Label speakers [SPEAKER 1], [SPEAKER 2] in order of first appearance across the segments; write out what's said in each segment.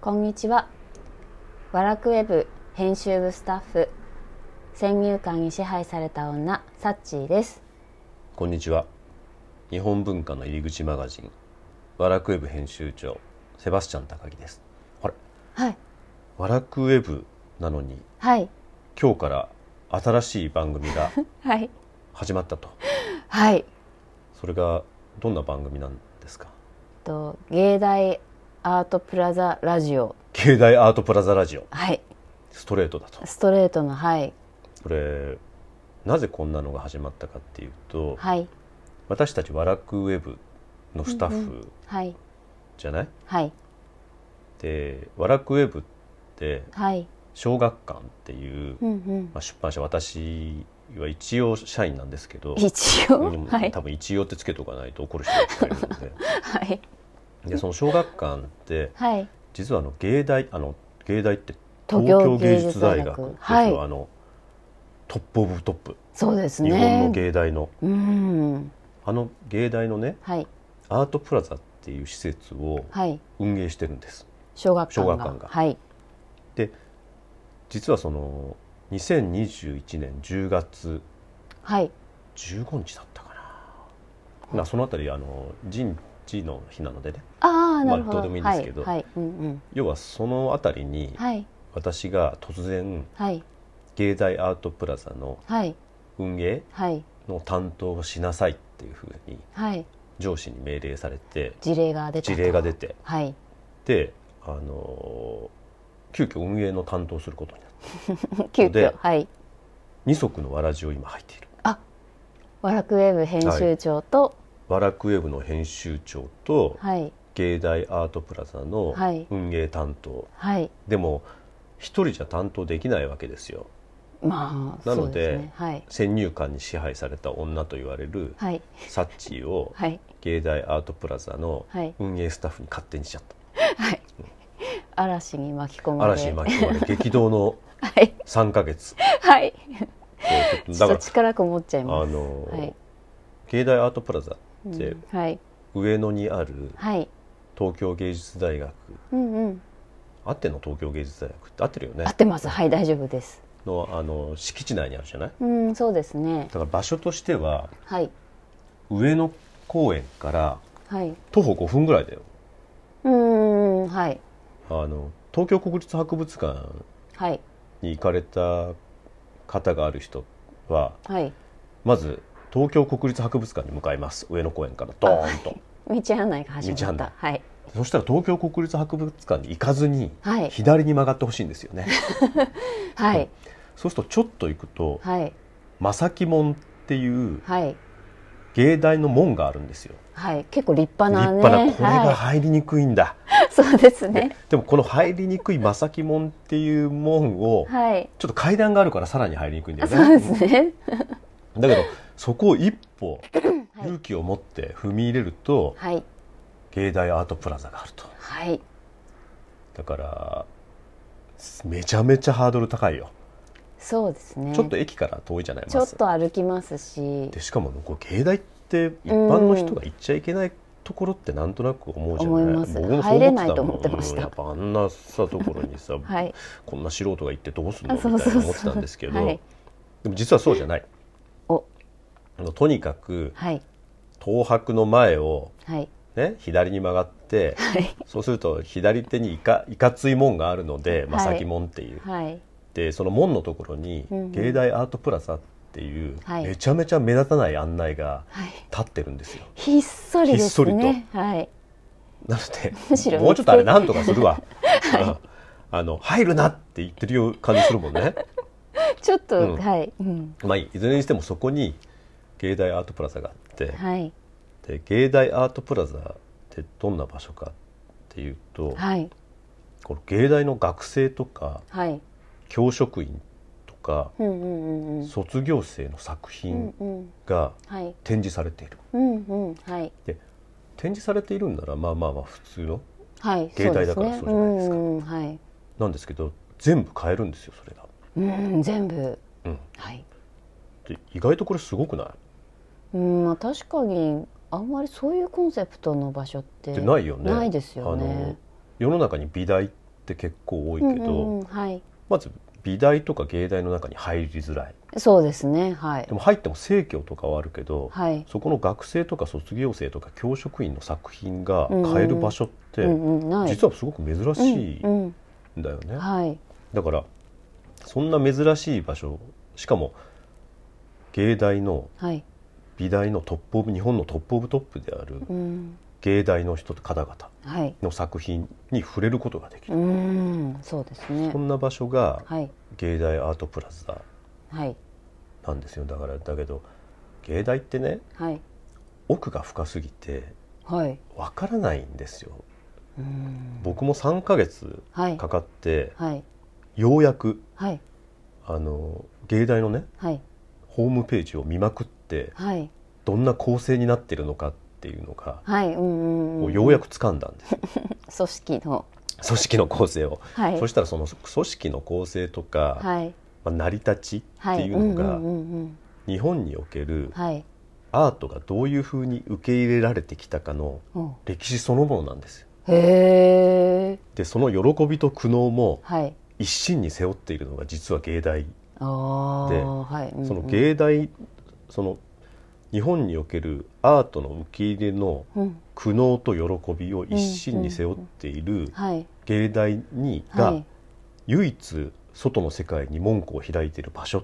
[SPEAKER 1] こんにちは。ワラクウェブ編集部スタッフ先入観に支配された女サッチーです。
[SPEAKER 2] こんにちは日本文化の入り口マガジンワラクウェブ編集長セバスチャン高木ですあれ
[SPEAKER 1] はい
[SPEAKER 2] ワラクウェブなのに
[SPEAKER 1] はい
[SPEAKER 2] 今日から新しい番組 が
[SPEAKER 1] はい
[SPEAKER 2] 始まったと
[SPEAKER 1] はい。
[SPEAKER 2] それがどんな番組なんですか
[SPEAKER 1] と芸大アートプラザラジオ
[SPEAKER 2] 境内アートプラザラジオ
[SPEAKER 1] はい
[SPEAKER 2] ストレートだと
[SPEAKER 1] ストレートのはい
[SPEAKER 2] これなぜこんなのが始まったかっていうと、
[SPEAKER 1] はい
[SPEAKER 2] 私たちワラクウェブのスタッフ
[SPEAKER 1] はい
[SPEAKER 2] じゃない、
[SPEAKER 1] はい
[SPEAKER 2] でワラクウェブって
[SPEAKER 1] はい
[SPEAKER 2] 小学館っていう
[SPEAKER 1] うんうん
[SPEAKER 2] まあ、出版社私は一応社員なんですけど、
[SPEAKER 1] 一応
[SPEAKER 2] うん
[SPEAKER 1] はい
[SPEAKER 2] 多分一応ってつけとかないと怒る人がいっぱいいるので
[SPEAKER 1] はい
[SPEAKER 2] でその小学館って
[SPEAKER 1] はい
[SPEAKER 2] 実はあの芸大あの芸大って
[SPEAKER 1] 東
[SPEAKER 2] 東
[SPEAKER 1] 京芸
[SPEAKER 2] 京芸
[SPEAKER 1] 術
[SPEAKER 2] 術
[SPEAKER 1] 大
[SPEAKER 2] 大
[SPEAKER 1] 学
[SPEAKER 2] 学ですよ、
[SPEAKER 1] はい
[SPEAKER 2] あのトップ・オブ・トップ、
[SPEAKER 1] そうです
[SPEAKER 2] 日本の
[SPEAKER 1] ね
[SPEAKER 2] 芸大の
[SPEAKER 1] うん
[SPEAKER 2] あの芸大のね
[SPEAKER 1] はい
[SPEAKER 2] アートプラザっていう施設を
[SPEAKER 1] はい
[SPEAKER 2] 運営してるんです
[SPEAKER 1] 小学館
[SPEAKER 2] 小
[SPEAKER 1] が
[SPEAKER 2] 学館が
[SPEAKER 1] はい
[SPEAKER 2] 実はその2021年10月
[SPEAKER 1] はい
[SPEAKER 2] 15日だったかな、まあ、そのあたりあの人事の日なのでね
[SPEAKER 1] ああなるほど
[SPEAKER 2] まあどうでもいいんですけど
[SPEAKER 1] はいはいうんうん
[SPEAKER 2] 要はそのあたりに
[SPEAKER 1] はい
[SPEAKER 2] 私が突然
[SPEAKER 1] はい
[SPEAKER 2] 芸大アートプラザの
[SPEAKER 1] はい
[SPEAKER 2] 運営
[SPEAKER 1] はい
[SPEAKER 2] の担当をしなさいっていうふうに
[SPEAKER 1] はい
[SPEAKER 2] 上司に命令されて
[SPEAKER 1] 事例が出たと
[SPEAKER 2] 事例が出て
[SPEAKER 1] はい
[SPEAKER 2] であのー急遽運営の担当することになった
[SPEAKER 1] 急
[SPEAKER 2] で
[SPEAKER 1] 遽はい
[SPEAKER 2] 二足のわらじを今履いている
[SPEAKER 1] あワラクウェブ編集長と
[SPEAKER 2] ワラクウェブの編集長と
[SPEAKER 1] はい
[SPEAKER 2] 芸大アートプラザの
[SPEAKER 1] はい
[SPEAKER 2] 運営担当
[SPEAKER 1] はい
[SPEAKER 2] でも一人じゃ担当できないわけですよ
[SPEAKER 1] まあ
[SPEAKER 2] な
[SPEAKER 1] そう
[SPEAKER 2] ので
[SPEAKER 1] ですねはい
[SPEAKER 2] 先入観に支配された女と言われる
[SPEAKER 1] はい
[SPEAKER 2] サッチーを
[SPEAKER 1] はい
[SPEAKER 2] 芸大アートプラザの
[SPEAKER 1] はい
[SPEAKER 2] 運営スタッフに勝手にしちゃった、
[SPEAKER 1] はい嵐に巻き込まれ
[SPEAKER 2] 嵐に巻き込まれ激動の
[SPEAKER 1] はい
[SPEAKER 2] 3ヶ 月
[SPEAKER 1] はい
[SPEAKER 2] えー
[SPEAKER 1] ちょ
[SPEAKER 2] だ
[SPEAKER 1] っと
[SPEAKER 2] から
[SPEAKER 1] 力こもっちゃい
[SPEAKER 2] あ
[SPEAKER 1] ます
[SPEAKER 2] のー、
[SPEAKER 1] はい
[SPEAKER 2] 芸大アートプラザ
[SPEAKER 1] う
[SPEAKER 2] って
[SPEAKER 1] んはい
[SPEAKER 2] 上野にある
[SPEAKER 1] はい
[SPEAKER 2] 東京芸術大学
[SPEAKER 1] うんうん
[SPEAKER 2] あってんの東京芸術大学って合ってるよね
[SPEAKER 1] 合ってますはい大丈夫です
[SPEAKER 2] のあの敷地内にあるじゃない
[SPEAKER 1] うんそうですね
[SPEAKER 2] だから場所としては
[SPEAKER 1] はい
[SPEAKER 2] 上野公園から
[SPEAKER 1] はい
[SPEAKER 2] 徒歩5分ぐらいだよ
[SPEAKER 1] うーんはい
[SPEAKER 2] あの東京国立博物館
[SPEAKER 1] はい
[SPEAKER 2] に行かれた方がある人は
[SPEAKER 1] はい
[SPEAKER 2] まず東京国立博物館に向かいます上野公園からドーンと
[SPEAKER 1] 道案内が始ま
[SPEAKER 2] 道
[SPEAKER 1] っ
[SPEAKER 2] 案
[SPEAKER 1] た
[SPEAKER 2] 内
[SPEAKER 1] はい
[SPEAKER 2] そしたら東京国立博物館に行かずに
[SPEAKER 1] はい
[SPEAKER 2] 左に曲がってほしいんですよね、
[SPEAKER 1] はい
[SPEAKER 2] そうするとちょっと行くと
[SPEAKER 1] はい
[SPEAKER 2] 正木門っていう
[SPEAKER 1] はい
[SPEAKER 2] 芸大の門があるんですよ
[SPEAKER 1] はい結構立派
[SPEAKER 2] 立
[SPEAKER 1] なね
[SPEAKER 2] 派なこれが
[SPEAKER 1] は
[SPEAKER 2] 入りにくいんだ、
[SPEAKER 1] い、そうですね
[SPEAKER 2] でもこの入りにくい正木門っていう門を
[SPEAKER 1] はい
[SPEAKER 2] ちょっと階段があるからさらに入りにくいんだよ
[SPEAKER 1] そうで
[SPEAKER 2] ね
[SPEAKER 1] すね
[SPEAKER 2] だけどそこを一歩
[SPEAKER 1] はい
[SPEAKER 2] 勇気を持って踏み入れると
[SPEAKER 1] はい
[SPEAKER 2] 芸大アートプラザがあると
[SPEAKER 1] はい
[SPEAKER 2] だからめちゃめちゃハードル高いよ、
[SPEAKER 1] そうですね
[SPEAKER 2] ちょっと駅から遠いじゃない
[SPEAKER 1] ちょ
[SPEAKER 2] ま
[SPEAKER 1] っ
[SPEAKER 2] ず
[SPEAKER 1] と歩きますし
[SPEAKER 2] でしかもこう芸大って一般の人が行っちゃいけないところってなんとなく思うじゃない、
[SPEAKER 1] 思います
[SPEAKER 2] 僕もそう思ってたも
[SPEAKER 1] 入
[SPEAKER 2] ん
[SPEAKER 1] れないと思ってました
[SPEAKER 2] うんやっぱあんなさところにさ、
[SPEAKER 1] はい
[SPEAKER 2] こんな素人が行ってどうすんの
[SPEAKER 1] あ
[SPEAKER 2] みた
[SPEAKER 1] そ
[SPEAKER 2] いう
[SPEAKER 1] そうそ
[SPEAKER 2] な
[SPEAKER 1] う
[SPEAKER 2] 思ってたんですけど、
[SPEAKER 1] はい
[SPEAKER 2] でも実はそうじゃない
[SPEAKER 1] お
[SPEAKER 2] あのとにかく
[SPEAKER 1] はい
[SPEAKER 2] 東博の前を、
[SPEAKER 1] はい
[SPEAKER 2] ね、左に曲がって
[SPEAKER 1] はい
[SPEAKER 2] そうすると左手にいかいかつい門があるので「まさき門」っていう、
[SPEAKER 1] はい
[SPEAKER 2] でその門のところに
[SPEAKER 1] うんうん
[SPEAKER 2] 芸大アートプラザっていう
[SPEAKER 1] はい
[SPEAKER 2] めちゃめちゃ目立たない案内が
[SPEAKER 1] はい
[SPEAKER 2] 立ってるんですよ。
[SPEAKER 1] ひっそりです
[SPEAKER 2] ひっ
[SPEAKER 1] ねはい
[SPEAKER 2] な
[SPEAKER 1] む
[SPEAKER 2] の
[SPEAKER 1] しろ
[SPEAKER 2] でもうちょっとあれなんとかするわ。うんあの入るなって言ってるよう感じするもん ね。
[SPEAKER 1] ちょっと、
[SPEAKER 2] うん
[SPEAKER 1] はい、うん、
[SPEAKER 2] まあいずれにしてもそこに芸大アートプラザがあって、
[SPEAKER 1] はい
[SPEAKER 2] で芸大アートプラザってどんな場所かっていうと、
[SPEAKER 1] はい
[SPEAKER 2] この芸大の学生とか
[SPEAKER 1] はい
[SPEAKER 2] 教職員とか
[SPEAKER 1] うんうんうんうん
[SPEAKER 2] 卒業生の作
[SPEAKER 1] う
[SPEAKER 2] 品
[SPEAKER 1] んうん
[SPEAKER 2] が
[SPEAKER 1] はい
[SPEAKER 2] 展示されている。
[SPEAKER 1] うんうんはい
[SPEAKER 2] 展示されているんならまあまあまあ普通の
[SPEAKER 1] はい
[SPEAKER 2] 芸大だからそうじゃないですか
[SPEAKER 1] うんうんはい
[SPEAKER 2] なんですけど全部買えるんですよそれが、
[SPEAKER 1] うん全部
[SPEAKER 2] うん、
[SPEAKER 1] はい
[SPEAKER 2] で意外とこれすごくな
[SPEAKER 1] うんまあ確かにあんまりそういうコンセプトの場所っ
[SPEAKER 2] い
[SPEAKER 1] て
[SPEAKER 2] ってないよね
[SPEAKER 1] ないですよね
[SPEAKER 2] あの世の中に美大っって結構多い
[SPEAKER 1] う
[SPEAKER 2] けど、
[SPEAKER 1] んうんうんはい
[SPEAKER 2] まず美大とか芸大の中に入りづらい
[SPEAKER 1] そうですねはい
[SPEAKER 2] でも入っても正教とかはあるけど、
[SPEAKER 1] はい
[SPEAKER 2] そこの学生とか卒業生とか教職員の作品が買える場所って、
[SPEAKER 1] うんうんない
[SPEAKER 2] 実はすごく珍し
[SPEAKER 1] うんうん
[SPEAKER 2] いんだよね、
[SPEAKER 1] はい
[SPEAKER 2] だからそんな珍しい場所しかも芸大の
[SPEAKER 1] はい
[SPEAKER 2] 美大のトップオブ日本のトップオブトップである
[SPEAKER 1] うん
[SPEAKER 2] 芸大の人方々
[SPEAKER 1] はい
[SPEAKER 2] の作品に触れることができ
[SPEAKER 1] う
[SPEAKER 2] る、
[SPEAKER 1] んそうですね
[SPEAKER 2] そんな場所が
[SPEAKER 1] はい
[SPEAKER 2] 芸大アートプラザ
[SPEAKER 1] はい
[SPEAKER 2] なんですよだからだけど芸大ってね
[SPEAKER 1] はい
[SPEAKER 2] 奥が深すぎて
[SPEAKER 1] はい
[SPEAKER 2] わからないんですよ
[SPEAKER 1] うん
[SPEAKER 2] 僕も3ヶ月
[SPEAKER 1] はい
[SPEAKER 2] かかって
[SPEAKER 1] はい
[SPEAKER 2] ようやく
[SPEAKER 1] はい
[SPEAKER 2] あの芸大のね
[SPEAKER 1] はい
[SPEAKER 2] ホームページを見まくって
[SPEAKER 1] はい
[SPEAKER 2] どんな構成になってるのかっていうのが
[SPEAKER 1] はいうんうん
[SPEAKER 2] も
[SPEAKER 1] う
[SPEAKER 2] うんようやく掴んだん ですよ
[SPEAKER 1] 組織の
[SPEAKER 2] 組織の構成を、
[SPEAKER 1] はい
[SPEAKER 2] そしたらその組織の構成とか、
[SPEAKER 1] はい
[SPEAKER 2] まあ、成り立ち
[SPEAKER 1] は
[SPEAKER 2] って
[SPEAKER 1] い
[SPEAKER 2] いうのが、
[SPEAKER 1] うんうんうんうん
[SPEAKER 2] 日本における
[SPEAKER 1] はい
[SPEAKER 2] アートがどういうふうに受け入れられてきたかの
[SPEAKER 1] うん
[SPEAKER 2] 歴史そのものなんですよ
[SPEAKER 1] へえ
[SPEAKER 2] でその喜びと苦悩も
[SPEAKER 1] はい
[SPEAKER 2] 一身に背負っているのが実は芸大
[SPEAKER 1] ああ
[SPEAKER 2] で
[SPEAKER 1] はいうんうん
[SPEAKER 2] その芸大その日本におけるアートの受け入れの
[SPEAKER 1] うん
[SPEAKER 2] 苦悩と喜びを一身に背負っている
[SPEAKER 1] はい
[SPEAKER 2] 芸大に
[SPEAKER 1] は
[SPEAKER 2] が
[SPEAKER 1] い
[SPEAKER 2] 唯一外の世界に門戸を開いている場所っ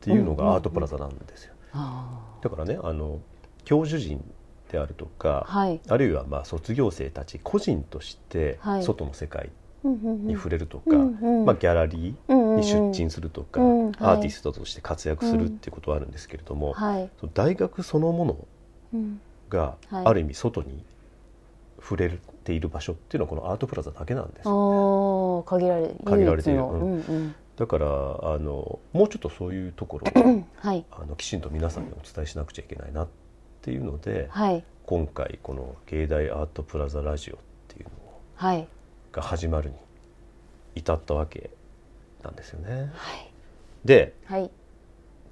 [SPEAKER 2] ていうのがアートプラザなんですよ。
[SPEAKER 1] あ
[SPEAKER 2] だからねあの教授陣であると
[SPEAKER 1] ー
[SPEAKER 2] か
[SPEAKER 1] はい
[SPEAKER 2] あるいはまあ卒業生たち個人として
[SPEAKER 1] はい
[SPEAKER 2] 外の世界
[SPEAKER 1] うんうん
[SPEAKER 2] に
[SPEAKER 1] うん
[SPEAKER 2] 触れるとか、
[SPEAKER 1] うんうん
[SPEAKER 2] まあ、ギャラリーに出勤するとか、
[SPEAKER 1] うんうんうん
[SPEAKER 2] アーティストとして活躍するっていうことはあるんですけれども、
[SPEAKER 1] はい
[SPEAKER 2] その大学そのもの
[SPEAKER 1] うん
[SPEAKER 2] が
[SPEAKER 1] はい
[SPEAKER 2] ある意味外に触れている場所っていうのはこのアートプラザだけなんです
[SPEAKER 1] あー限られ
[SPEAKER 2] 限られている
[SPEAKER 1] 唯一のうんうん
[SPEAKER 2] だからあのもうちょっとそういうところ を
[SPEAKER 1] はい
[SPEAKER 2] あのきちんと皆さんにお伝えしなくちゃいけないなっていうので
[SPEAKER 1] はい
[SPEAKER 2] 今回この「芸大アートプラザラジオ」っていうの
[SPEAKER 1] はい
[SPEAKER 2] が始まるに至ったわけなんですよね。
[SPEAKER 1] はい
[SPEAKER 2] で
[SPEAKER 1] はい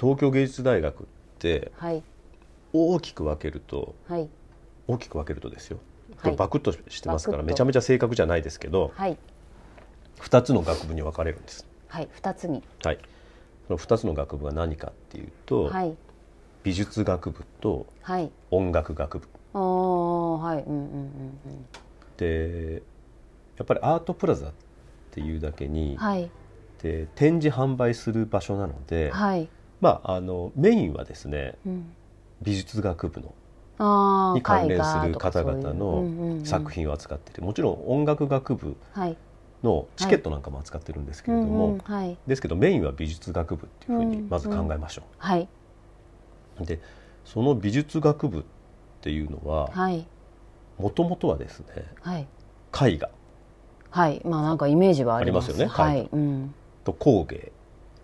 [SPEAKER 2] 東京芸術大学って
[SPEAKER 1] はい
[SPEAKER 2] 大きく分けると
[SPEAKER 1] はい
[SPEAKER 2] 大きく分けるとですよ、
[SPEAKER 1] はい
[SPEAKER 2] バクッとしてますから
[SPEAKER 1] バクッと
[SPEAKER 2] めちゃめちゃ正確じゃないですけど
[SPEAKER 1] はい
[SPEAKER 2] 2つの学部に分かれるんです。
[SPEAKER 1] はい二つに
[SPEAKER 2] はい、その2つの学部が何かっていうと、
[SPEAKER 1] はい
[SPEAKER 2] 美術学部と
[SPEAKER 1] はい
[SPEAKER 2] 音楽学部
[SPEAKER 1] ああはいうんうんうんうん
[SPEAKER 2] でやっぱりアートプラザっていうだけに、
[SPEAKER 1] はい
[SPEAKER 2] で展示販売する場所なので、
[SPEAKER 1] はい
[SPEAKER 2] まあ、あのメインはですね
[SPEAKER 1] うん
[SPEAKER 2] 美術学部の
[SPEAKER 1] あー
[SPEAKER 2] に関連す
[SPEAKER 1] 絵
[SPEAKER 2] る
[SPEAKER 1] 画とか
[SPEAKER 2] 方
[SPEAKER 1] そういう
[SPEAKER 2] 々
[SPEAKER 1] うんうんう
[SPEAKER 2] の
[SPEAKER 1] ん
[SPEAKER 2] 作品を扱っててもちろん音楽学部
[SPEAKER 1] はい
[SPEAKER 2] のチケットなんかも扱ってるんですけ
[SPEAKER 1] う
[SPEAKER 2] れど
[SPEAKER 1] ん
[SPEAKER 2] も、
[SPEAKER 1] うんはい
[SPEAKER 2] ですけどメインは美術学部っていうふうにまず考えましょう。
[SPEAKER 1] はい
[SPEAKER 2] でその美術学部っていうのは、
[SPEAKER 1] はい
[SPEAKER 2] もともとはですね
[SPEAKER 1] はい
[SPEAKER 2] 絵画
[SPEAKER 1] はいまあなんかイメージはあります
[SPEAKER 2] ありますよね
[SPEAKER 1] は
[SPEAKER 2] はい
[SPEAKER 1] いうん
[SPEAKER 2] と工芸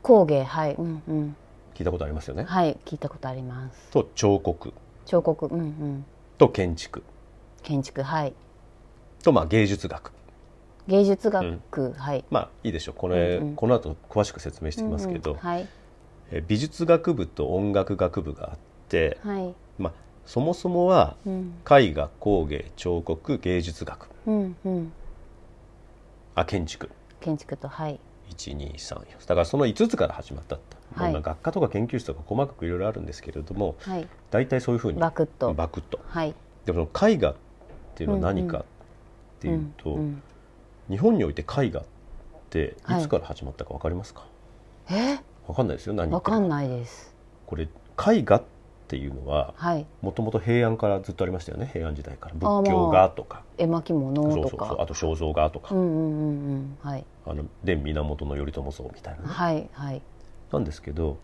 [SPEAKER 1] 工芸はいうんうん
[SPEAKER 2] 聞いたことありますよね、
[SPEAKER 1] はい聞いたことあります
[SPEAKER 2] と彫刻
[SPEAKER 1] 彫刻うんうん
[SPEAKER 2] と建築
[SPEAKER 1] 建築はい
[SPEAKER 2] とまあ芸術学
[SPEAKER 1] 芸術学、はい
[SPEAKER 2] まあいいでしょうこれ、
[SPEAKER 1] うんうん
[SPEAKER 2] この後詳しく説明してきますけど、
[SPEAKER 1] うんうんはい
[SPEAKER 2] え美術学部と音楽学部があって、
[SPEAKER 1] はい
[SPEAKER 2] まあ、そもそもは
[SPEAKER 1] うん
[SPEAKER 2] 絵画工芸彫刻芸術学
[SPEAKER 1] うんうん
[SPEAKER 2] あ建築
[SPEAKER 1] 建築とはい
[SPEAKER 2] 1234だからその5つから始まったって、
[SPEAKER 1] はい
[SPEAKER 2] まあ学科とか研究室とか細かくいろいろあるんですけれども
[SPEAKER 1] はい
[SPEAKER 2] 大体そういうふうに
[SPEAKER 1] バクッと
[SPEAKER 2] バクッと
[SPEAKER 1] はい
[SPEAKER 2] でもその絵画っていうのは何かっていうと、
[SPEAKER 1] んん
[SPEAKER 2] 日本において絵画っていつから始まったか分かりますか、
[SPEAKER 1] え
[SPEAKER 2] 分かんないですよ何言
[SPEAKER 1] わ
[SPEAKER 2] って
[SPEAKER 1] か
[SPEAKER 2] る
[SPEAKER 1] んないです
[SPEAKER 2] これ絵画っていうのは
[SPEAKER 1] はい
[SPEAKER 2] もともと平安からずっとありましたよね平安時代から
[SPEAKER 1] まあ
[SPEAKER 2] 仏教画とか
[SPEAKER 1] 絵巻
[SPEAKER 2] そう
[SPEAKER 1] 物
[SPEAKER 2] そう
[SPEAKER 1] と
[SPEAKER 2] そう
[SPEAKER 1] か
[SPEAKER 2] あと肖像画とか、
[SPEAKER 1] うんうんうんうんはい
[SPEAKER 2] あの蓮源頼朝像みたいなね、
[SPEAKER 1] はいはい
[SPEAKER 2] なんですけど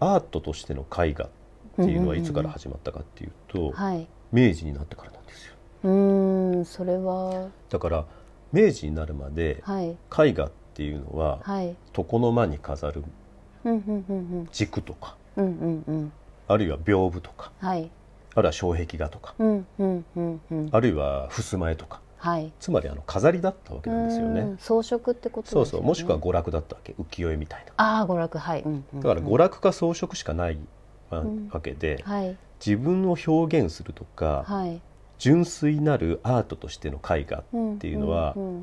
[SPEAKER 2] アートとしての絵画っていうのはいつから始まったかっていうと、
[SPEAKER 1] はい
[SPEAKER 2] 明治になってからなんですよ
[SPEAKER 1] うーんそれは
[SPEAKER 2] だから明治になるまで
[SPEAKER 1] はい
[SPEAKER 2] 絵画っていうのは
[SPEAKER 1] はい
[SPEAKER 2] 床の間に飾る
[SPEAKER 1] うんうんうん
[SPEAKER 2] 軸とか
[SPEAKER 1] うんうんうんうん
[SPEAKER 2] あるいは屏風とか
[SPEAKER 1] はい
[SPEAKER 2] あるいは障壁画とか
[SPEAKER 1] うんうんうんうん
[SPEAKER 2] あるいは襖絵とか
[SPEAKER 1] はい
[SPEAKER 2] つまりあの飾りだったわけなんですよ
[SPEAKER 1] う
[SPEAKER 2] ね
[SPEAKER 1] ん。装飾ってことです
[SPEAKER 2] そ
[SPEAKER 1] よ
[SPEAKER 2] う
[SPEAKER 1] ね
[SPEAKER 2] そうもしくは娯楽だったわけ浮世絵みたいな。
[SPEAKER 1] ああ娯楽はい、うんうんうん
[SPEAKER 2] だから娯楽か装飾しかないまあ
[SPEAKER 1] うん
[SPEAKER 2] わけで
[SPEAKER 1] はい
[SPEAKER 2] 自分を表現するとか
[SPEAKER 1] はい
[SPEAKER 2] 純粋なるアートとしての絵画
[SPEAKER 1] っ
[SPEAKER 2] っていうのは
[SPEAKER 1] うんうん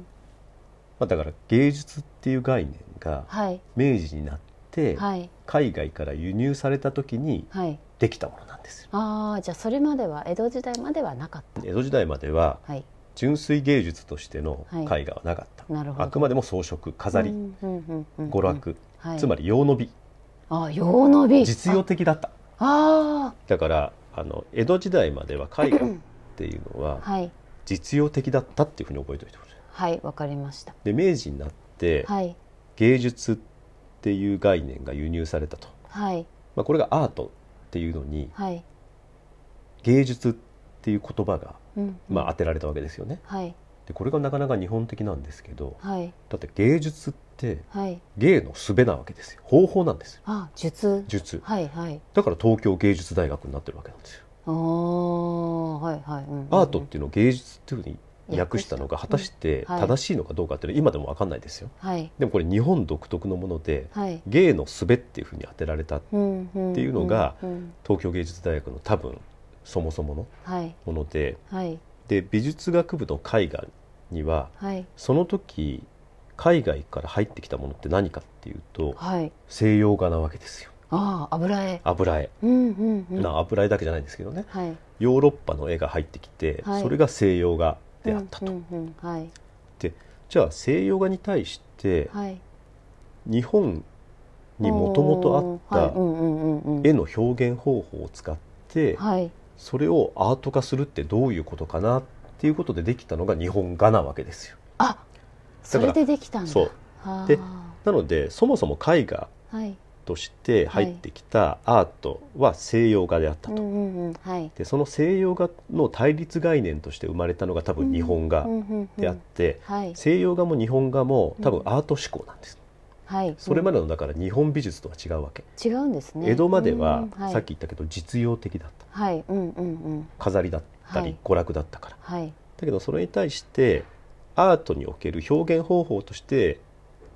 [SPEAKER 2] まあ、だから芸術っていう概念が
[SPEAKER 1] はい
[SPEAKER 2] 明治になって
[SPEAKER 1] はい
[SPEAKER 2] 海外から輸入された時に
[SPEAKER 1] はい
[SPEAKER 2] できたものなんですよ
[SPEAKER 1] ああじゃあそれまでは江戸時代まではなかっ
[SPEAKER 2] 江戸時代までは
[SPEAKER 1] たはい
[SPEAKER 2] 純粋芸術としての絵画はなかった、
[SPEAKER 1] なるほど
[SPEAKER 2] あくまでも装飾飾り、
[SPEAKER 1] うんうんうんうん
[SPEAKER 2] 娯楽、
[SPEAKER 1] はい
[SPEAKER 2] つまり用の美
[SPEAKER 1] あ洋の美
[SPEAKER 2] 実用的だった
[SPEAKER 1] あ
[SPEAKER 2] だからあの江戸時代までは絵画っていうの
[SPEAKER 1] あー
[SPEAKER 2] は
[SPEAKER 1] はい
[SPEAKER 2] 実用的だったっていうふうに覚えておいてほしい
[SPEAKER 1] はいわかりました
[SPEAKER 2] で明治になって
[SPEAKER 1] はい
[SPEAKER 2] 芸術っていう概念が輸入されたと、
[SPEAKER 1] はい
[SPEAKER 2] まあ、これがアートっていうのに
[SPEAKER 1] はい
[SPEAKER 2] 芸術っていう言葉が、
[SPEAKER 1] うん
[SPEAKER 2] まあ、当てられたわけですよね
[SPEAKER 1] はい
[SPEAKER 2] でこれがなかなか日本的なんですけど
[SPEAKER 1] はい
[SPEAKER 2] だって芸術って
[SPEAKER 1] はい
[SPEAKER 2] 芸の術なわけですよ方法なんですよ
[SPEAKER 1] あ術
[SPEAKER 2] 術
[SPEAKER 1] はいはい
[SPEAKER 2] だから東京芸術大学になってるわけなんですよ
[SPEAKER 1] ああはいはい、うんうんうん
[SPEAKER 2] アートっていうのを芸術っていうふうに訳したのが果たして
[SPEAKER 1] はい
[SPEAKER 2] 正しいのかどうかっていうのは今でも分かんないですよ
[SPEAKER 1] はい
[SPEAKER 2] でもこれ日本独特のもので
[SPEAKER 1] はい
[SPEAKER 2] 芸の術っていうふうに当てられた
[SPEAKER 1] うんうん
[SPEAKER 2] っていうのが
[SPEAKER 1] うんうん
[SPEAKER 2] 東京芸術大学の多分そもそもの
[SPEAKER 1] はい
[SPEAKER 2] もので
[SPEAKER 1] はい
[SPEAKER 2] で美術学部の絵画には
[SPEAKER 1] はい
[SPEAKER 2] その時海外から入ってきたものって何かっていうと
[SPEAKER 1] はい
[SPEAKER 2] 西洋画なわけですよ
[SPEAKER 1] ああ油絵
[SPEAKER 2] 油絵
[SPEAKER 1] うんうんうん
[SPEAKER 2] な油絵だけじゃないんですけどね
[SPEAKER 1] はい
[SPEAKER 2] ヨーロッパの絵が入ってきて、
[SPEAKER 1] はい
[SPEAKER 2] それが西洋画であったと、
[SPEAKER 1] うんうんうんはい
[SPEAKER 2] じゃあ西洋画に対して
[SPEAKER 1] はい
[SPEAKER 2] 日本にもともとあ
[SPEAKER 1] は
[SPEAKER 2] っ
[SPEAKER 1] いうんうんうんうん
[SPEAKER 2] た絵の表現方法を使って
[SPEAKER 1] はい
[SPEAKER 2] それをアート化するってどういうことかなっていうことでできたのが日本画なわけですよ。
[SPEAKER 1] あそれでできたんだ
[SPEAKER 2] そう
[SPEAKER 1] はあ
[SPEAKER 2] でなのでそもそも絵画
[SPEAKER 1] はい
[SPEAKER 2] として入ってきたアートは西洋画であった
[SPEAKER 1] う
[SPEAKER 2] と。
[SPEAKER 1] んうんうんはい
[SPEAKER 2] でその西洋画の対立概念として生まれたのが多分日本画
[SPEAKER 1] うんうんうん
[SPEAKER 2] であって、
[SPEAKER 1] はい
[SPEAKER 2] 西洋画も日本画も多分アート思考なんです。
[SPEAKER 1] はい
[SPEAKER 2] それま
[SPEAKER 1] で
[SPEAKER 2] でのだから日本美術とは違うわけ、
[SPEAKER 1] 違うんですね
[SPEAKER 2] 江戸まで
[SPEAKER 1] う
[SPEAKER 2] は
[SPEAKER 1] んはい
[SPEAKER 2] さっき言ったけど実用的だった
[SPEAKER 1] はいうんうんうん
[SPEAKER 2] 飾りだった
[SPEAKER 1] は
[SPEAKER 2] り
[SPEAKER 1] い
[SPEAKER 2] 娯楽だったから、
[SPEAKER 1] はい
[SPEAKER 2] だけどそれに対してアートにおける表現方法として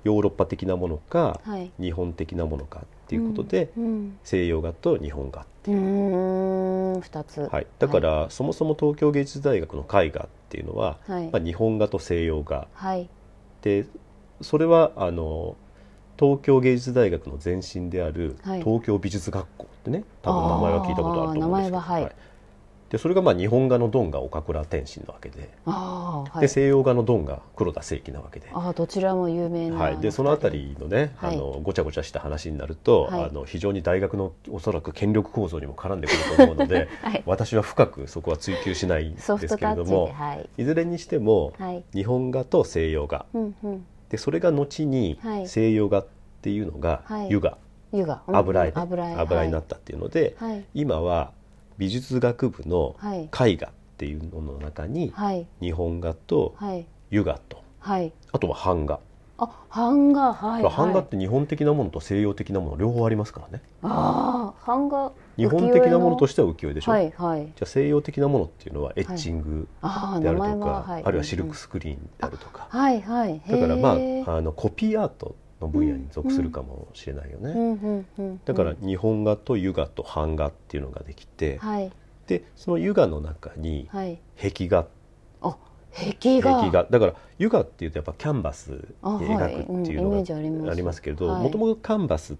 [SPEAKER 2] ヨーロッパ的なものか
[SPEAKER 1] はい
[SPEAKER 2] 日本的なものかっていうことで、
[SPEAKER 1] うん
[SPEAKER 2] 西洋画と日本画、
[SPEAKER 1] うんうーん二つ
[SPEAKER 2] はい、だからそもそも東京芸術大学の絵画っていうのは、
[SPEAKER 1] はい
[SPEAKER 2] まあ、日本画と西洋画
[SPEAKER 1] はい
[SPEAKER 2] でそれはあの東京芸術大学の前身である
[SPEAKER 1] はい
[SPEAKER 2] 東京美術学校ってね、多分名前は聞いたことあると思うんですけど
[SPEAKER 1] あー名前ははい
[SPEAKER 2] でそれがまあ日本画のドンが岡倉天心なわけで,、
[SPEAKER 1] ああは
[SPEAKER 2] で
[SPEAKER 1] い
[SPEAKER 2] 西洋画のドンが黒田清輝なわけで,、
[SPEAKER 1] ああどちらも有名な
[SPEAKER 2] はい、でその辺りのね、
[SPEAKER 1] はい
[SPEAKER 2] あのごちゃごちゃした話になると、
[SPEAKER 1] はい
[SPEAKER 2] あの非常に大学のおそらく権力構造にも絡んでくると思うので
[SPEAKER 1] はい
[SPEAKER 2] 私は深くそこは追求しないんです
[SPEAKER 1] ソフト
[SPEAKER 2] けれ
[SPEAKER 1] タッ
[SPEAKER 2] ど
[SPEAKER 1] チで
[SPEAKER 2] も
[SPEAKER 1] はい
[SPEAKER 2] いずれにしても、
[SPEAKER 1] はい
[SPEAKER 2] 日本画と西洋画
[SPEAKER 1] うんうん
[SPEAKER 2] でそれが後に
[SPEAKER 1] はい
[SPEAKER 2] 西洋画っていうのが
[SPEAKER 1] はい
[SPEAKER 2] 油画、
[SPEAKER 1] 湯がうん
[SPEAKER 2] 油絵ね、
[SPEAKER 1] 油絵
[SPEAKER 2] 油絵にな
[SPEAKER 1] は
[SPEAKER 2] ったっていうので、
[SPEAKER 1] いはい
[SPEAKER 2] 今は美術学部の
[SPEAKER 1] はい
[SPEAKER 2] 絵画っていうのの中に
[SPEAKER 1] はい
[SPEAKER 2] 日本画と
[SPEAKER 1] はい
[SPEAKER 2] 油画と
[SPEAKER 1] はい
[SPEAKER 2] あとは版画、
[SPEAKER 1] あ版画はいはい
[SPEAKER 2] 版画って日本的なものと西洋的なもの両方ありますからね
[SPEAKER 1] ああ版画
[SPEAKER 2] 日本的なものと
[SPEAKER 1] し
[SPEAKER 2] しては浮世絵でしょ、
[SPEAKER 1] はいはい
[SPEAKER 2] じゃあ西洋的なものっていうのはエッチング
[SPEAKER 1] ああ
[SPEAKER 2] であ
[SPEAKER 1] 名
[SPEAKER 2] るとか、
[SPEAKER 1] 前ははい
[SPEAKER 2] あるいはシルク
[SPEAKER 1] ス
[SPEAKER 2] スクリーンであるとか、
[SPEAKER 1] はいはい
[SPEAKER 2] だからま
[SPEAKER 1] へー
[SPEAKER 2] ああのコピーアートの分野に属するかもしれないよね、
[SPEAKER 1] うんうんうん
[SPEAKER 2] だから日本画と油画と版画っていうのができて、
[SPEAKER 1] はい
[SPEAKER 2] でその油画の中に
[SPEAKER 1] はい
[SPEAKER 2] 壁画
[SPEAKER 1] あ壁画
[SPEAKER 2] 壁画だから油画っていうとやっぱキャンバスで
[SPEAKER 1] あはい
[SPEAKER 2] 描くっていう
[SPEAKER 1] うんイメー
[SPEAKER 2] の
[SPEAKER 1] ジあります
[SPEAKER 2] がありますけど
[SPEAKER 1] はい
[SPEAKER 2] もともとキャンバスっ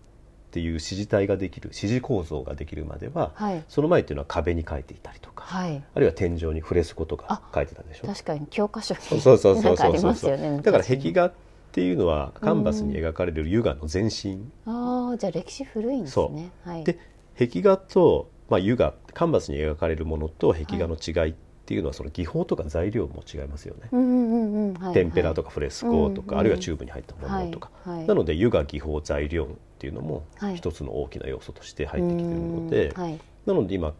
[SPEAKER 2] ていう指示体ができる指示構造ができるまでは、
[SPEAKER 1] はい
[SPEAKER 2] その前っていうのは壁に描いていたりとか、
[SPEAKER 1] はい
[SPEAKER 2] あるいは天井に触れすことが描いてたんでしょ
[SPEAKER 1] 確かに教科書に
[SPEAKER 2] そうそうそうそ
[SPEAKER 1] なん
[SPEAKER 2] うそう
[SPEAKER 1] かありますよね
[SPEAKER 2] だから
[SPEAKER 1] 昔
[SPEAKER 2] 壁画っていうのはキャンバスに描かれる油画の前身
[SPEAKER 1] ああじゃあ歴史古いんですねはい
[SPEAKER 2] で壁画と、まあ、油画カンバスに描かれるものと壁画の違いっていうのはその技法とか材料も違いますよね、
[SPEAKER 1] うんうんうんうんはい
[SPEAKER 2] テンペラと
[SPEAKER 1] か
[SPEAKER 2] かフレスコとか、
[SPEAKER 1] うんうん
[SPEAKER 2] あるいはチューブに入ったものとか、
[SPEAKER 1] はいはい
[SPEAKER 2] なので油画技法材料っていうのも
[SPEAKER 1] はい
[SPEAKER 2] 一つの大きな要素として入ってきてるので、
[SPEAKER 1] うんはい
[SPEAKER 2] なので今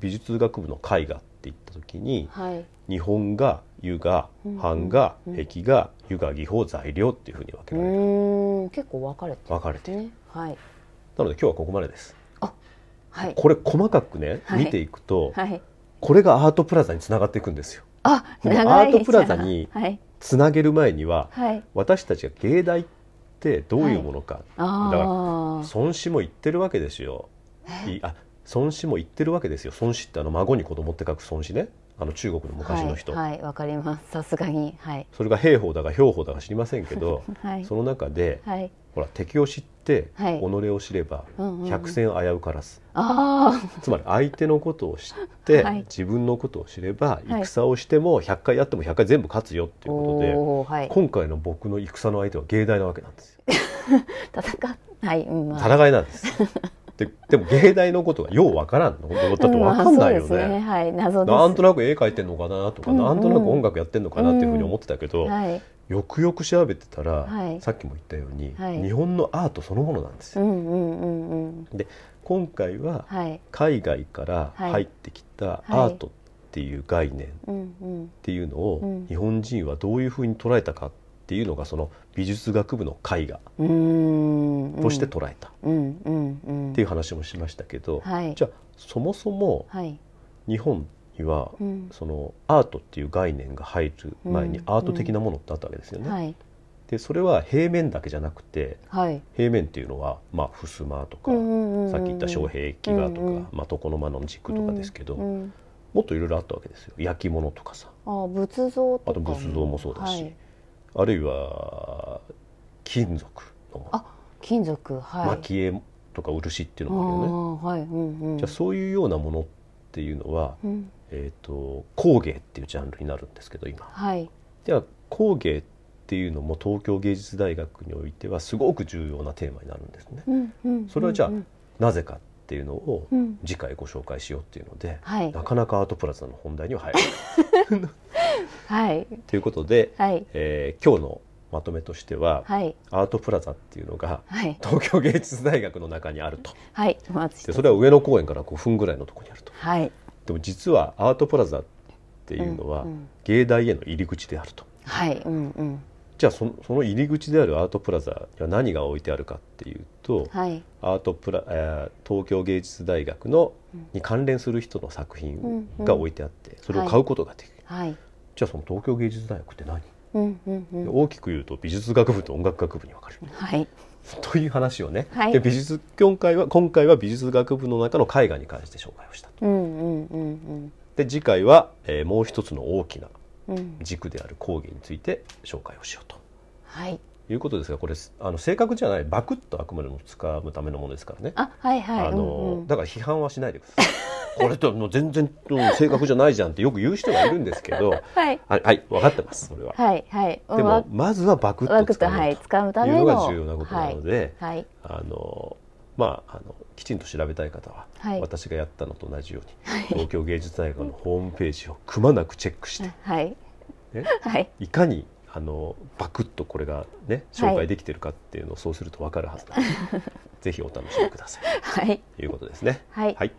[SPEAKER 2] 美術学部の絵画っていった時に
[SPEAKER 1] はい
[SPEAKER 2] 日本画油画
[SPEAKER 1] うんうん
[SPEAKER 2] 版画壁画油画技法材料っていうふうに分け
[SPEAKER 1] う
[SPEAKER 2] られる、
[SPEAKER 1] ーん結構分かれてる
[SPEAKER 2] 分かれている
[SPEAKER 1] ねはい
[SPEAKER 2] なので今日はここまでです
[SPEAKER 1] はい
[SPEAKER 2] これ細かくね
[SPEAKER 1] はい
[SPEAKER 2] 見ていくと、
[SPEAKER 1] はい
[SPEAKER 2] これがアートプラザにつながっていくんですよ
[SPEAKER 1] あ
[SPEAKER 2] でも
[SPEAKER 1] 長い
[SPEAKER 2] アートプラザに
[SPEAKER 1] はい
[SPEAKER 2] つなげる前には
[SPEAKER 1] はい
[SPEAKER 2] 私たちが芸大ってどういうものか、だから
[SPEAKER 1] あ
[SPEAKER 2] 孫子も言ってるわけですよいあ孫子も言ってるわけですよ孫子ってあの孫に子供って書く孫子ねあの中国の昔の人、
[SPEAKER 1] はいはいわかりますさすがにはい
[SPEAKER 2] それが兵法だか兵法だか知りませんけど、
[SPEAKER 1] はい
[SPEAKER 2] その中で、
[SPEAKER 1] はい
[SPEAKER 2] ほら敵を知って己
[SPEAKER 1] はい
[SPEAKER 2] を知れば
[SPEAKER 1] うんうんうん
[SPEAKER 2] 百戦危うからず、
[SPEAKER 1] あ
[SPEAKER 2] つまり相手のことを知って、
[SPEAKER 1] はい
[SPEAKER 2] 自分のことを知れば
[SPEAKER 1] はい
[SPEAKER 2] 戦をしても100回やっても100回全部勝つよって
[SPEAKER 1] あ
[SPEAKER 2] いうことで、
[SPEAKER 1] おーはい
[SPEAKER 2] 今回の僕の戦の相手は芸大なわけなんですよ
[SPEAKER 1] 戦っはいうんまあ
[SPEAKER 2] 戦いなんですででも芸大のことがようわからんのだってわかんないよ
[SPEAKER 1] うんまあそうですね
[SPEAKER 2] ね,、
[SPEAKER 1] はい謎です
[SPEAKER 2] なんとなく絵描いてんのかなとか、
[SPEAKER 1] うんうん
[SPEAKER 2] なんとなく音楽やってんのかなっていうふうに思ってたけど、
[SPEAKER 1] はい
[SPEAKER 2] よくよく調べてたら、
[SPEAKER 1] はい
[SPEAKER 2] さっきも言ったように、
[SPEAKER 1] はい
[SPEAKER 2] 日本のアートそのものなんです
[SPEAKER 1] う
[SPEAKER 2] よ、
[SPEAKER 1] んうんうんうん
[SPEAKER 2] 今回は
[SPEAKER 1] はい
[SPEAKER 2] 海外から入ってきたアートっていう概念っ
[SPEAKER 1] うんうん
[SPEAKER 2] ていうの
[SPEAKER 1] う
[SPEAKER 2] を
[SPEAKER 1] ん
[SPEAKER 2] 日本人はどういうふうに捉えたかっていうのがその美術学部の絵画
[SPEAKER 1] うーん
[SPEAKER 2] として捉えたっ
[SPEAKER 1] うんうんうん
[SPEAKER 2] ていう話もしましたけど、
[SPEAKER 1] はい
[SPEAKER 2] じゃあそもそも
[SPEAKER 1] はい
[SPEAKER 2] 日本には
[SPEAKER 1] うん
[SPEAKER 2] そのアートっていう概念が入る前に
[SPEAKER 1] うん
[SPEAKER 2] アート的なものってあったわけですよね。
[SPEAKER 1] はい
[SPEAKER 2] でそれは平面だけじゃなくて
[SPEAKER 1] はい
[SPEAKER 2] 平面っていうのはまあ襖とか、
[SPEAKER 1] さ
[SPEAKER 2] さっき言った障壁画とか、
[SPEAKER 1] うんうん
[SPEAKER 2] まあ、床の間の軸とかですけど、
[SPEAKER 1] うんうん
[SPEAKER 2] もっといろいろあったわけですよ焼き物とかさ
[SPEAKER 1] あ仏像とか
[SPEAKER 2] あと仏像もそうだし
[SPEAKER 1] はい
[SPEAKER 2] あるいは金属の
[SPEAKER 1] あ金属はい
[SPEAKER 2] 蒔絵とか漆っていう
[SPEAKER 1] あ
[SPEAKER 2] のもあるよね、
[SPEAKER 1] ーはいうんうん
[SPEAKER 2] じゃあそういうようなものっていうのは、
[SPEAKER 1] うん
[SPEAKER 2] えー、と工芸っていうジャンルになるんですけど今
[SPEAKER 1] はい
[SPEAKER 2] では工芸っていうのも東京芸術大学においてはすごく重要なテーマになるんですね
[SPEAKER 1] うんうん
[SPEAKER 2] それはじゃあ
[SPEAKER 1] うん
[SPEAKER 2] なぜかっていうのを
[SPEAKER 1] うん
[SPEAKER 2] 次回ご紹介しようっていうので、
[SPEAKER 1] はい
[SPEAKER 2] なかなかアートプラザの本題には入らない
[SPEAKER 1] はい
[SPEAKER 2] ということで、
[SPEAKER 1] はい
[SPEAKER 2] えー今日のまとめとしては、
[SPEAKER 1] はい
[SPEAKER 2] アートプラザっていうのが
[SPEAKER 1] はい
[SPEAKER 2] 東京芸術大学の中にあると
[SPEAKER 1] はい松
[SPEAKER 2] で
[SPEAKER 1] 下
[SPEAKER 2] それは上野公園から5分ぐらいのところにあると
[SPEAKER 1] はい
[SPEAKER 2] でも実はアートプラザっていうのは
[SPEAKER 1] うんうん
[SPEAKER 2] 芸大への入り口であると
[SPEAKER 1] はいうんうん
[SPEAKER 2] じゃあそのその入り口であるアートプラザには何が置いてあるかっていうと
[SPEAKER 1] はい
[SPEAKER 2] アートプラ、えー東京芸術大学のに関連する人の作品が置いてあってそれを買うことができる、
[SPEAKER 1] はい
[SPEAKER 2] じゃあその東京芸術大学って何、
[SPEAKER 1] うんうんうん
[SPEAKER 2] 大きく言うと美術学部と音楽学部に分かれる
[SPEAKER 1] はい
[SPEAKER 2] という話をね、
[SPEAKER 1] はい
[SPEAKER 2] で美術今回は今回は美術学部の中の絵画に関して紹介をしたと
[SPEAKER 1] うんうんうん
[SPEAKER 2] で次回は、えーもう一つの大きな
[SPEAKER 1] うんうん
[SPEAKER 2] 軸である工芸について紹介をしようと
[SPEAKER 1] はい
[SPEAKER 2] いうことですがこれあの正確じゃないバクッとあくまでも掴むためのものですからね、
[SPEAKER 1] あはいはい
[SPEAKER 2] あ
[SPEAKER 1] う
[SPEAKER 2] の
[SPEAKER 1] んうん
[SPEAKER 2] だから批判はしないでください これともう全然うん正確じゃないじゃんってよく言う人がいるんですけど
[SPEAKER 1] はい
[SPEAKER 2] はい、はい、分かってますそれは、
[SPEAKER 1] はいはい
[SPEAKER 2] で
[SPEAKER 1] わ
[SPEAKER 2] もまずはバクッ
[SPEAKER 1] わ
[SPEAKER 2] と
[SPEAKER 1] くと
[SPEAKER 2] 掴む
[SPEAKER 1] はい
[SPEAKER 2] と
[SPEAKER 1] 掴むた
[SPEAKER 2] い
[SPEAKER 1] め
[SPEAKER 2] う
[SPEAKER 1] の
[SPEAKER 2] のが重要なことなので、
[SPEAKER 1] はいはい
[SPEAKER 2] あのまああのきちんと調べたい方は、
[SPEAKER 1] はい
[SPEAKER 2] 私がやったのと同じように、東京芸術大学のホームページをくまなくチェックして、
[SPEAKER 1] はい
[SPEAKER 2] ね、
[SPEAKER 1] はい
[SPEAKER 2] いかにあのバクッとこれがね紹介できてるかっ ていうのをそうするとわかるはずだ、ぜひお楽しみください
[SPEAKER 1] はい
[SPEAKER 2] ということですね。
[SPEAKER 1] はい
[SPEAKER 2] はい